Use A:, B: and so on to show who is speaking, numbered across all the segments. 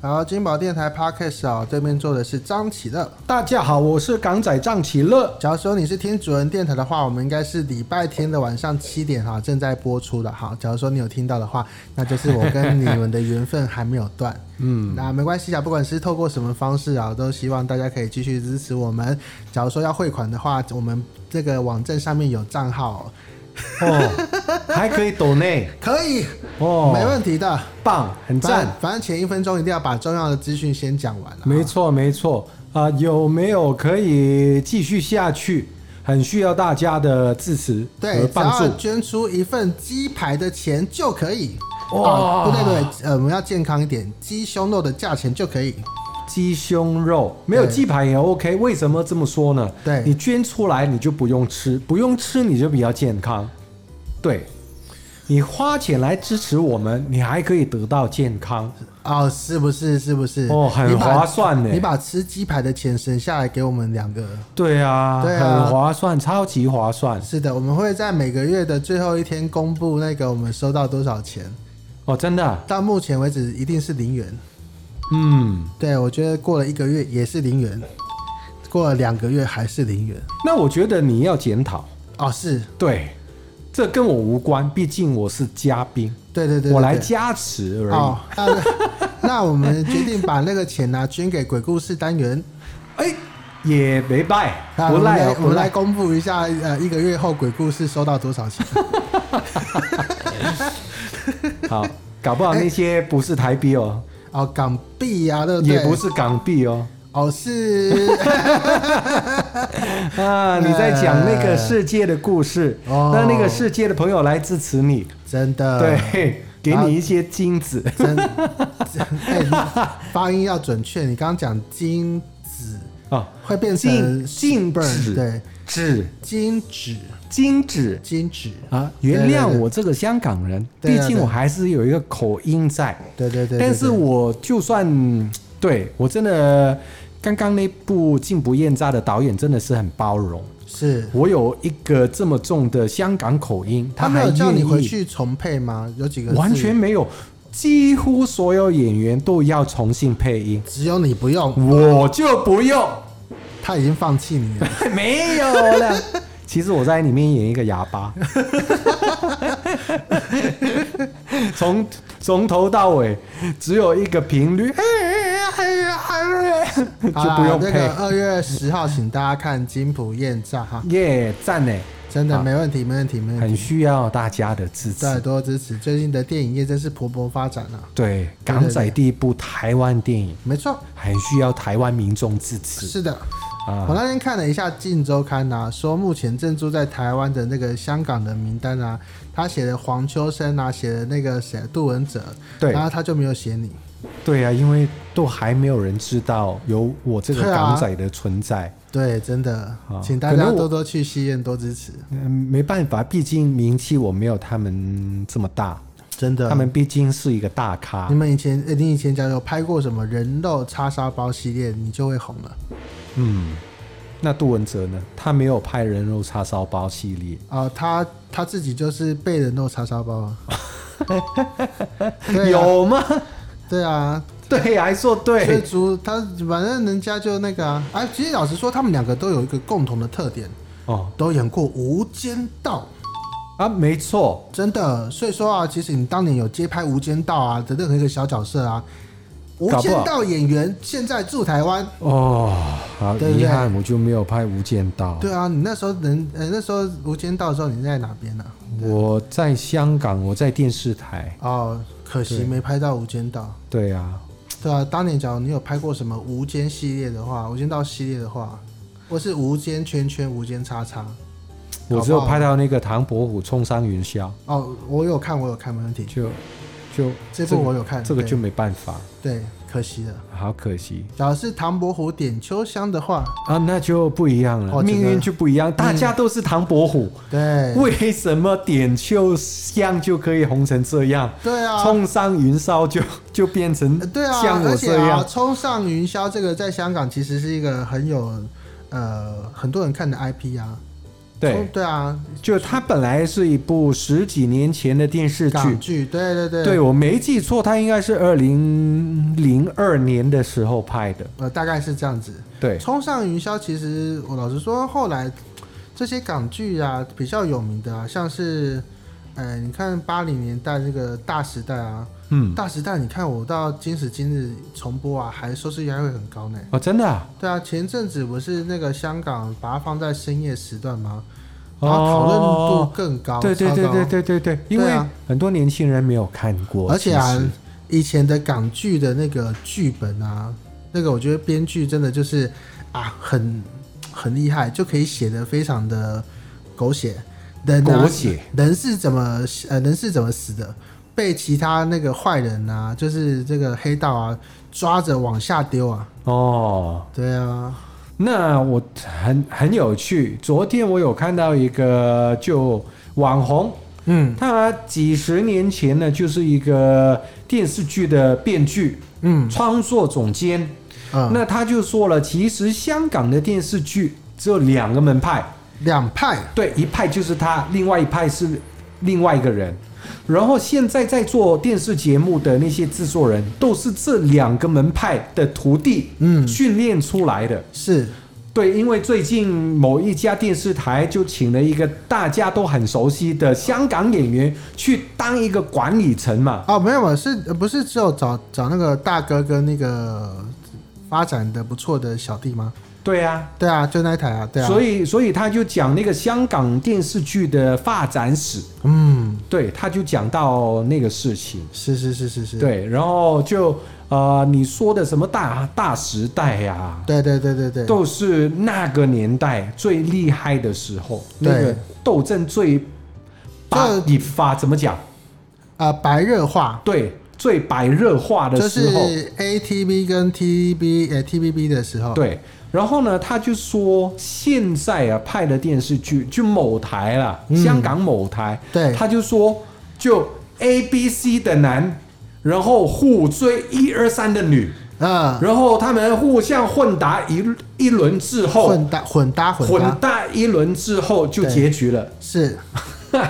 A: 然后金宝电台 Podcast 啊，对面坐的是张启乐。
B: 大家好，我是港仔张启乐。
A: 假如说你是听主人电台的话，我们应该是礼拜天的晚上七点哈正在播出的哈。假如说你有听到的话，那就是我跟你们的缘分还没有 断。嗯，那没关系啊，不管是透过什么方式啊，都希望大家可以继续支持我们。假如说要汇款的话，我们这个网站上面有账号，
B: 哦，还可以抖内
A: 可以，
B: 哦，
A: 没问题的。
B: 棒，很
A: 反
B: 赞。
A: 反正前一分钟一定要把重要的资讯先讲完了。啊
B: 没错，没错啊、有没有可以继续下去？很需要大家的支持
A: 对
B: 和，
A: 只
B: 帮助
A: 要。捐出一份鸡排的钱就可以。
B: 哇
A: 哦，不对不对，呃，我们要健康一点，鸡胸肉的价钱就可以。
B: 鸡胸肉没有
A: 对
B: 鸡排也 OK，为什么这么说呢？
A: 对
B: 你捐出来你就不用吃，不用吃你就比较健康。对，你花钱来支持我们，你还可以得到健康。
A: 哦，是不是？是不是？
B: 哦很
A: 你把
B: 划算呢
A: 你把吃鸡排的钱省下来给我们两个。
B: 对啊，
A: 对啊
B: 很划算，超级划算。
A: 是的，我们会在每个月的最后一天公布那个我们收到多少钱。
B: 哦，真的，
A: 到目前为止，一定是零元。
B: 嗯，
A: 对，我觉得过了一个月也是零元，过了两个月还是零元。
B: 那我觉得你要检讨。
A: 哦，是
B: 对，这跟我无关，毕竟我是嘉宾，
A: 对对对对
B: 我来
A: 对
B: 加持而已。
A: 哦，那那 我们决定把那个钱呢、捐给鬼故事单元。
B: 哎、也没败，
A: 那
B: 不
A: 我们
B: 赖
A: 来
B: 哦，
A: 啊我
B: 不
A: 们来
B: 赖。
A: 公布一下，呃，一个月后鬼故事收到多少 钱？
B: 好，搞不好那些不是台币哦，
A: 哦，港币呀、对不对？
B: 也不，是港币哦。
A: 哦，是
B: 啊，你在讲那个世界的故事，
A: 哦
B: 那那个世界的朋友来支持你，
A: 真的，
B: 对，给
A: 啊
B: 你一些金子。
A: 真，真哎、你发音要准确。你刚刚讲金子
B: 哦，
A: 会变
B: 禁
A: 成
B: 禁
A: burn，
B: 止
A: 对，
B: 止
A: 金纸，
B: 金止
A: 金纸，
B: 啊！原
A: 对
B: 谅
A: 对对
B: 我这个香港人，
A: 对
B: 毕
A: 啊
B: 竟
A: 对
B: 我还是有一个口音在。
A: 对对对对
B: 但是
A: 对
B: 我就算对我真的，刚刚那部《敬不厌诈》的导演真的是很包容。
A: 是
B: 我有一个这么重的香港口音，
A: 他没
B: 还
A: 有叫
B: 愿
A: 你回
B: 意
A: 去重配吗？有几个字
B: 完全没有，几乎所有演员都要重新配音，
A: 只有你不用，
B: 我就不用，
A: 他已经放弃你了。
B: 没有了。 其实我在里面演一个哑巴， 从从头到尾只有一个频率， 就
A: 好啦
B: 不用
A: 那
B: 配
A: 个。二月十号，请大家看金普验诈哈，
B: 耶，赞呢，
A: 真的
B: 嗯好
A: 没问题，没问题，没问
B: 很
A: 题。
B: 需要大家的支持
A: 再。多支持，最近的电影业真是蓬勃发展啊！
B: 对，港仔第一部台湾电影，
A: 没错，
B: 很需要台湾民众支持
A: 是的。
B: 啊
A: 我。那天看了一下《镜周刊》啊，说目前正住在台湾的那个香港的名单啊，他写的黄秋生啊，写的那个谁杜文泽，
B: 对
A: 然后他就没有写你。
B: 对啊，因为都还没有人知道有我这个
A: 对啊
B: 港仔的存在。
A: 对，真的
B: 好，
A: 请大
B: 可
A: 家
B: 能我
A: 多多去戏院多支持，
B: 嗯，没办法，毕竟名气我没有他们这么大，
A: 真的。
B: 他们毕竟是一个大咖
A: 你。们以前，呃你以前假如有拍过什么人肉叉烧包系列，你就会红了。
B: 嗯，那杜文泽呢？他没有拍人肉叉烧包系列，
A: 啊、他他自己就是被人肉叉烧包啊。对啊，
B: 有吗？
A: 对啊，
B: 对，还说
A: 所以
B: 对，
A: 竹他反正人家就那个啊，哎、其实老实说，他们两个都有一个共同的特点，
B: 哦
A: 都演过《无间道
B: 啊，没错，》，
A: 真的。所以说啊，其实你当年有接拍《无间道》啊的任何一个小角色啊，《无
B: 搞不
A: 间
B: 好
A: 道》演员现在住台湾，
B: 哦，好
A: 对不对
B: 遗憾，我就没有拍《无间道》。
A: 对啊，你那时候人，呃，那时候《无间道》的时候你在哪边啊呢、
B: 我在香港，我在电视台。
A: 哦，可惜
B: 对
A: 没拍到《无间道》。
B: 对啊，
A: 对啊，当年假如你有拍过什么《无间》系列的话，《无间道》系列的话，或是《无间圈圈》《无间叉叉》
B: 我只
A: 搞不
B: 有
A: 好
B: 拍到那个唐伯虎冲上云霄，
A: 哦，我有看，我有看，没问题。
B: 就就
A: 这
B: 个
A: 部我有看，
B: 这个
A: 对
B: 就没办法，
A: 对，可惜了。
B: 好可惜
A: 假如是唐伯虎点秋香的话，
B: 啊，那就不一样了，
A: 哦这个
B: 命运就不一样，大家都是唐伯虎，
A: 对，
B: 为什么点秋香就可以红成这样，
A: 对啊，
B: 冲上云霄就 就变成
A: 呃对啊，
B: 像我
A: 而且
B: 这
A: 啊，
B: 样？
A: 冲上云霄这个在香港其实是一个很有呃很多人看的 IP 啊，从
B: 对，
A: 对啊，
B: 就它本来是一部十几年前的电视剧
A: 港，剧，对啊对对，
B: 对我没记错，它应该是二零零二年的时候拍的。
A: 呃，大概是这样子。
B: 对，
A: 冲上云霄，其实我老实说，后来这些港剧啊，比较有名的啊，像是，呃，你看八零年代那个《大时代》啊，
B: 嗯，
A: 大时代》你看我到今时今日重播啊，还收视率还会很高呢。
B: 哦，真的、啊，
A: 对啊，前阵子不是那个香港把它放在深夜时段吗？
B: 哦
A: 然后讨论度更高，
B: 对对
A: 超
B: 对
A: 高
B: 对对对对，因
A: 对
B: 为
A: 啊
B: 很多年轻人没有看过，
A: 而且
B: 其
A: 啊
B: 实，
A: 以前的港剧的那个剧本啊，那个我觉得编剧真的就是啊，很很厉害，就可以写的非常的狗血。人啊
B: 狗血，
A: 人是怎么呃人是怎么死的？被其他那个坏人啊，就是这个黑道啊，抓着往下丢啊。
B: 哦，
A: 对啊，
B: 那我很很有趣。昨天我有看到一个就网红，
A: 嗯
B: 他几十年前呢就是一个电视剧的编剧、
A: 嗯
B: 创作总监，
A: 嗯，
B: 那他就说了，其实香港的电视剧只有两个门派，
A: 两派，
B: 对，一派就是他，另外一派是另外一个人。然后现在在做电视节目的那些制作人，都是这两个门派的徒弟
A: 嗯
B: 训练出来的。
A: 是，
B: 对，因为最近某一家电视台就请了一个大家都很熟悉的香港演员去当一个管理层嘛。
A: 哦，没有，嘛，是呃不是只有找找那个大哥跟那个发展的不错的小弟吗？
B: 对啊，
A: 对啊，就那一台啊，对啊。
B: 所
A: 以，
B: 以所以他就讲那个香港电视剧的发展史，
A: 嗯，
B: 对，他就讲到那个事情。
A: 是是是是是，
B: 对，然后就呃，你说的什么大大时代呀、
A: 对对对对对，
B: 都是那个年代最厉害的时候，那
A: 对
B: 个斗争最把
A: 这
B: 你发怎么讲？
A: 啊、白热化
B: 对，最白热化的
A: 就
B: 时候，
A: 是 A T V 跟 T B 呃 T V B 的时候，
B: 对。然后呢，他就说现在啊拍的电视剧，就某台啦，
A: 嗯
B: 香港某台，
A: 对
B: 他就说就 A B C 的男，然后互追一二三的女，
A: 嗯、
B: 然后他们互相混打一一轮之后，
A: 混搭混搭混搭
B: 混搭一轮之后就结局了。
A: 是，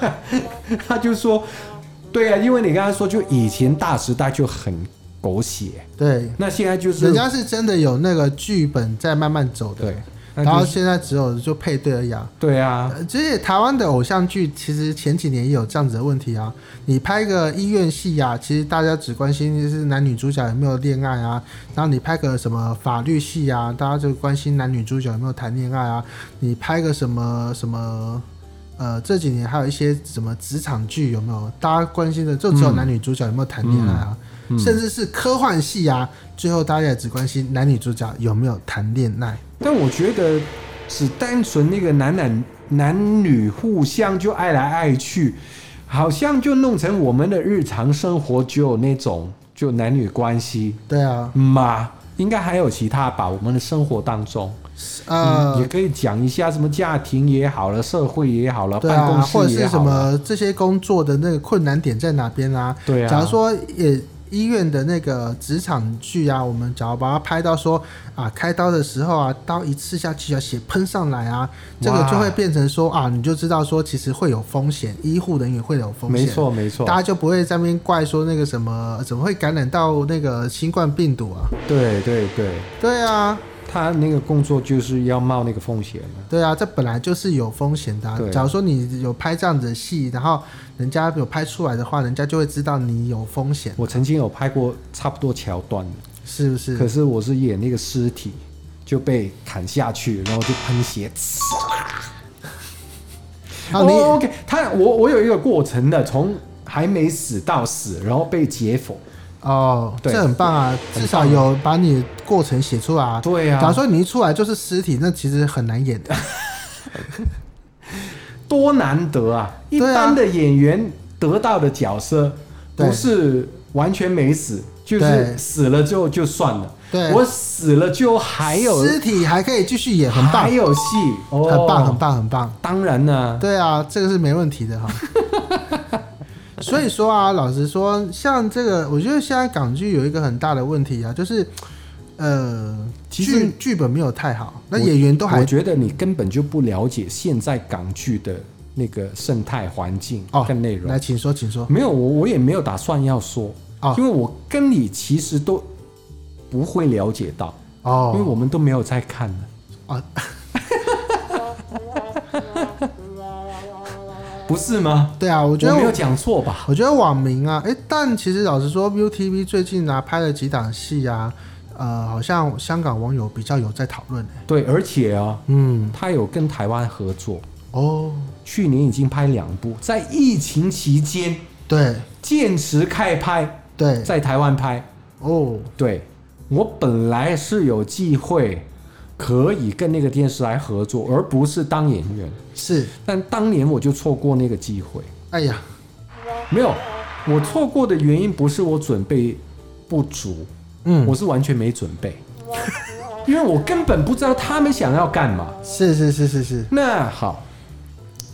B: 他就说，对啊，因为你刚才说，就以前大时代就很狗血，
A: 对，
B: 那现在就是
A: 人家是真的有那个剧本在慢慢走的，
B: 对，那
A: 然后
B: 就是
A: 现在只有就配对而已啊。
B: 对啊，
A: 呃其实台湾的偶像剧其实前几年也有这样子的问题啊。你拍个医院戏啊，其实大家只关心就是男女主角有没有恋爱啊。然后你拍个什么法律戏啊，大家就关心男女主角有没有谈恋爱啊。你拍个什么什么，呃，这几年还有一些什么职场剧有没有？大家关心的就只有男女主角有没有谈恋爱啊。甚至是科幻戏啊，最后大家也只关心男女主角有没有谈恋爱。
B: 但我觉得只单纯那个男男男女互相就爱来爱去，好像就弄成我们的日常生活只有那种就男女关系
A: 对啊，
B: 嘛。应该还有其他吧，我们的生活当中，
A: 呃，
B: 嗯也可以讲一下什么家庭也好了，社会也好了，
A: 对
B: 办
A: 啊，
B: 公
A: 或者
B: 室也
A: 是什
B: 好了，
A: 么这些工作的那个困难点在哪边啊？
B: 对啊。
A: 假如说也医院的那个职场剧啊，我们假如把它拍到说啊，开刀的时候啊，刀一刺下去啊，血喷上来啊，这个
B: 哇
A: 就会变成说啊，你就知道说其实会有风险，医护人员会有风险，
B: 没错没错
A: 大，家就不会在那边怪说那个什么怎么会感染到那个新冠病毒啊？
B: 对对对，
A: 对啊，
B: 他那个工作就是要冒那个风险嘛。
A: 对啊，这本来就是有风险的啊、
B: 对
A: 假如说你有拍这样子的戏，然后人家有拍出来的话，人家就会知道你有风险，
B: 我曾经有拍过差不多桥段的，
A: 是不是？
B: 可是我是演那个尸体，就被砍下去，然后就喷血。
A: 啊，你、
B: 哦、OK，他我我有一个过程的，从还没死到死，然后被解剖。
A: 哦，
B: 对
A: 这很棒啊，
B: 很
A: 至少有把你的过程写出来啊。
B: 对
A: 假如
B: 啊，
A: 说你一出来就是尸体，那其实很难演的。
B: 多难得啊！一
A: 对啊
B: 般的演员得到的角色
A: 对
B: 不是完全没死，就
A: 对
B: 是死了就就算了。
A: 对，
B: 我死了就还有
A: 尸体还可以继续演，很棒，
B: 还有戏，哦、
A: 很棒，很。棒，很棒。
B: 当然呢，
A: 对啊，这个是没问题的 哈。所以说啊，老实说，像这个，我觉得现在港剧有一个很大的问题啊，就是呃，
B: 其实
A: 剧剧本没有太好，那演员都
B: 我
A: 还
B: 觉得你根本就不了解现在港剧的那个生态环境
A: 哦
B: 跟内容。
A: 来，请说，请说。
B: 没有，我我也没有打算要说，
A: 哦
B: 因为我跟你其实都不会了解到，因为
A: 哦，
B: 我们都没有在看的。
A: 啊，
B: 不是吗？
A: 对啊，我
B: 我
A: 觉得
B: 没有
A: 我
B: 讲错吧？
A: 我觉得网民啊，哎，但其实老实说，ViuTV 最近啊拍了几档戏啊，呃，好像香港网友比较有在讨论、欸、
B: 对，而且啊，
A: 嗯，
B: 他有跟台湾合作，
A: 哦，
B: 去年已经拍两部，在疫情期间
A: 对
B: 坚持开拍，
A: 对，
B: 在台湾拍。
A: 哦，
B: 对，我本来是有机会可以跟那个电视台合作，而不是当演员，
A: 是，
B: 但当年我就错过那个机会。
A: 哎呀，
B: 没有，我错过的原因不是我准备不足，
A: 嗯，
B: 我是完全没准备，因为我根本不知道他们想要干嘛。
A: 是是是是是，
B: 那好，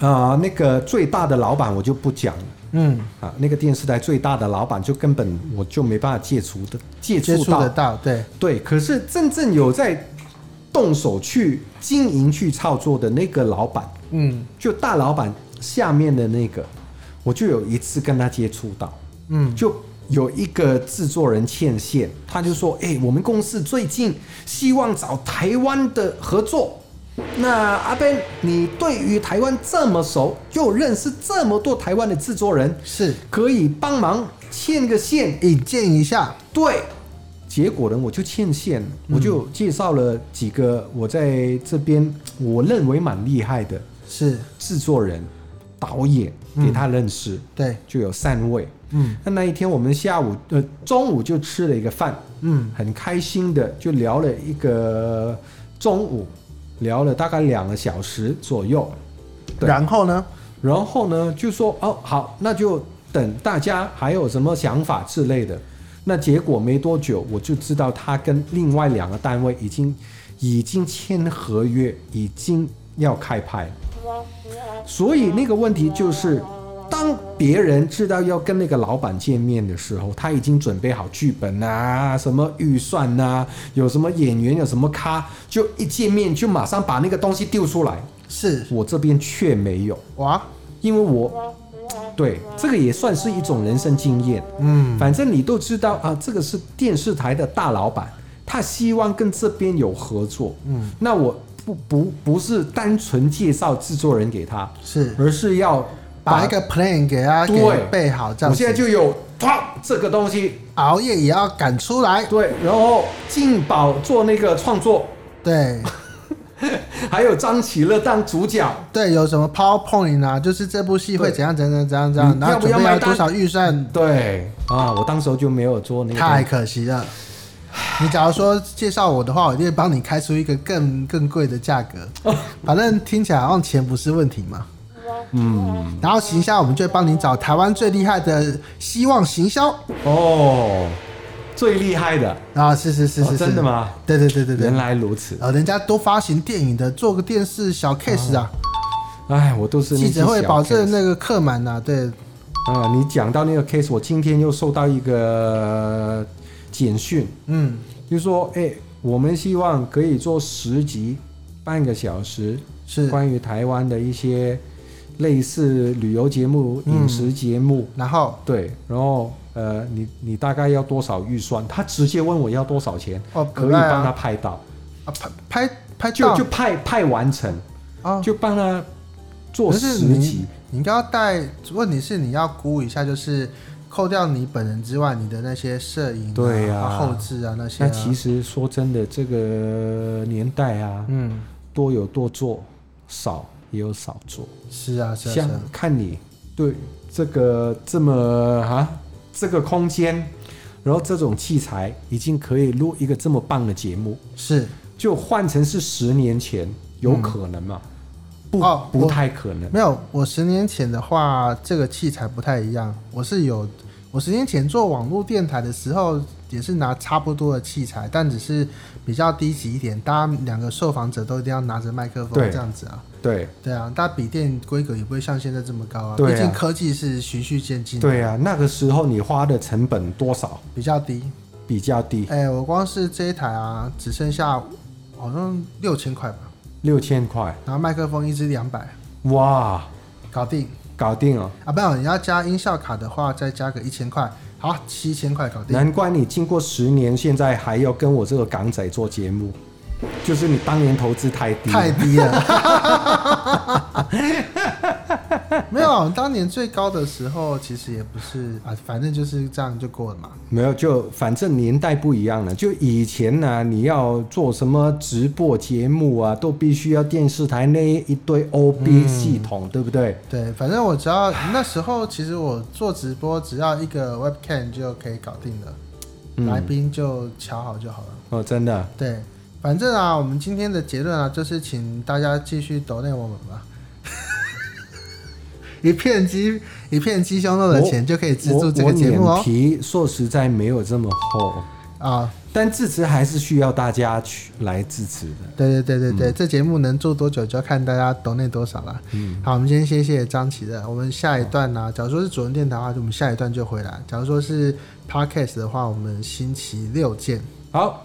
B: 啊、那个最大的老板我就不讲了。
A: 嗯，
B: 啊，那个电视台最大的老板就根本我就没办法接触的接
A: 接
B: 触
A: 触
B: 到
A: 得到，对，
B: 对，可是真正有在动手去经营、去操作的那个老板，
A: 嗯
B: 就大老板下面的那个，我就有一次跟他接触到，
A: 嗯，
B: 就有一个制作人牵线，他就说：“哎、我们公司最近希望找台湾的合作。”那阿 Ben，你对于台湾这么熟，又认识这么多台湾的制作人，
A: 是
B: 可以帮忙牵个线
A: 引荐一下，
B: 对，结果呢，我就欠线，
A: 嗯
B: 我就介绍了几个我在这边我认为蛮厉害的
A: 是
B: 制作人、导演给他认识，
A: 嗯对，
B: 就有三位。
A: 嗯
B: 那那一天我们下午呃中午就吃了一个饭，
A: 嗯
B: 很开心的就聊了一个中午，聊了大概两个小时左右。对
A: 然后呢，
B: 然后呢，就说哦好，那就等大家还有什么想法之类的。那结果没多久，我就知道他跟另外两个单位已经已经签合约，已经要开拍。所以那个问题就是，当别人知道要跟那个老板见面的时候，他已经准备好剧本啊，什么预算啊，有什么演员，有什么咖，就一见面就马上把那个东西丢出来。
A: 是
B: 我这边却没有。
A: 哇，
B: 因为我对这个也算是一种人生经验。
A: 嗯
B: 反正你都知道啊，这个是电视台的大老板，他希望跟这边有合作。
A: 嗯，
B: 那我不不不是单纯介绍制作人给他，
A: 是
B: 而是要
A: 把一个 plan 给他
B: 对
A: 给备好，这样
B: 我
A: 子，
B: 现在就有啪这个东西，
A: 熬夜也要赶出来，
B: 对，然后静宝做那个创作，
A: 对。
B: 还有张启乐当主角，
A: 对，有什么 PowerPoint 啊？就是这部戏会
B: 对
A: 怎样怎样怎样怎样，
B: 你
A: 然后
B: 要不
A: 准备
B: 要买
A: 要
B: 单
A: 多少预算，
B: 对啊，我当时候就没有做那个东西
A: 太可惜了。 你假如说介绍我的话，我一定会帮你开出一个更更贵的价格。 反正听起来好像钱不是问题嘛。嗯，然后行销我们就会帮你找台湾最厉害的希望行销
B: 哦，最厉害的。
A: 啊，是是是
B: 哦
A: 是是、
B: 真的吗？
A: 对对对对
B: 原
A: 对，
B: 来如此，
A: 呃，人家都发行电影的，做个电视小 case 啊，
B: 哎，我都是那
A: 记者会
B: 些小
A: 保证
B: case
A: 那个客满呐、啊，对，
B: 啊、你讲到那个 case，我今天又收到一个简讯，
A: 嗯，
B: 就说哎，我们希望可以做十集，半个小时，
A: 是。
B: 关于台湾的一些类似旅游节目、
A: 嗯
B: 饮食节目，
A: 然后
B: 对，然后呃，你你大概要多少预算？他直接问我要多少钱，
A: 哦，
B: 可以
A: 赖
B: 帮他
A: 啊，
B: 拍到，
A: 啊拍拍拍
B: 就
A: 照
B: 就派派完成，
A: 啊，
B: 就帮他做
A: 可是
B: 十
A: 你
B: 集。
A: 你应该要带。问题是你要估一下，就是扣掉你本人之外，你的那些摄影、啊、
B: 对呀
A: 啊后置啊那些、
B: 那
A: 啊。
B: 其实说真的，这个年代啊，
A: 嗯，
B: 多有多做，少也有少做。
A: 是啊，是啊，是
B: 像
A: 啊
B: 看你对这个这么啊，这个空间，然后这种器材，已经可以录一个这么棒的节目，
A: 是
B: 就换成是十年前，有可能吗？不，
A: 哦
B: 不
A: 我
B: 太可能。
A: 没有。我十年前的话，这个器材不太一样。我是有，我十年前做网络电台的时候，也是拿差不多的器材，但只是比较低级一点。大家两个受访者都一定要拿着麦克风
B: 对
A: 这样子啊。
B: 对
A: 对啊，但笔电规格也不会像现在这么高啊，毕
B: 对啊
A: 竟科技是循序渐进，
B: 啊对，啊，那个时候你花的成本多少？
A: 比较低，
B: 比较低，
A: 哎、我光是这一台啊，只剩下好像六千块吧，
B: 六千块，
A: 然后麦克风一支两百，
B: 哇，
A: 搞定
B: 搞定哦了！
A: 啊！不然你要加音效卡的话，再加个一千块，好，七千块搞定。
B: 难怪你经过十年，现在还要跟我这个港仔做节目，就是你当年投资太低了，
A: 太低了。 没有，当年最高的时候其实也不是啊，反正就是这样就过了嘛。
B: 没有，就反正年代不一样了。就以前呢、你要做什么直播节目啊，都必须要电视台那一堆
A: 嗯
B: OB 系统，对不对？
A: 对，反正我只要那时候，其实我做直播只要一个 webcam 就可以搞定了，
B: 嗯
A: 来宾就瞧好就好了。
B: 哦，真的，
A: 对，反正啊，我们今天的结论啊，就是请大家继续抖内我们吧。 一片鸡一片鸡胸肉的钱就可以资
B: 我
A: 助这
B: 我
A: 个节目
B: 脸
A: 哦。
B: 皮说实在没有这么厚，
A: 啊，
B: 但支持还是需要大家去来支持的。
A: 对对对对
B: 嗯
A: 对，这节目能做多久就要看大家抖内多少了。
B: 嗯
A: 好，我们先谢谢张琪的。我们下一段呢、假如说是主人电台的话，就我们下一段就回来；假如说是 podcast 的话，我们星期六见。
B: 好，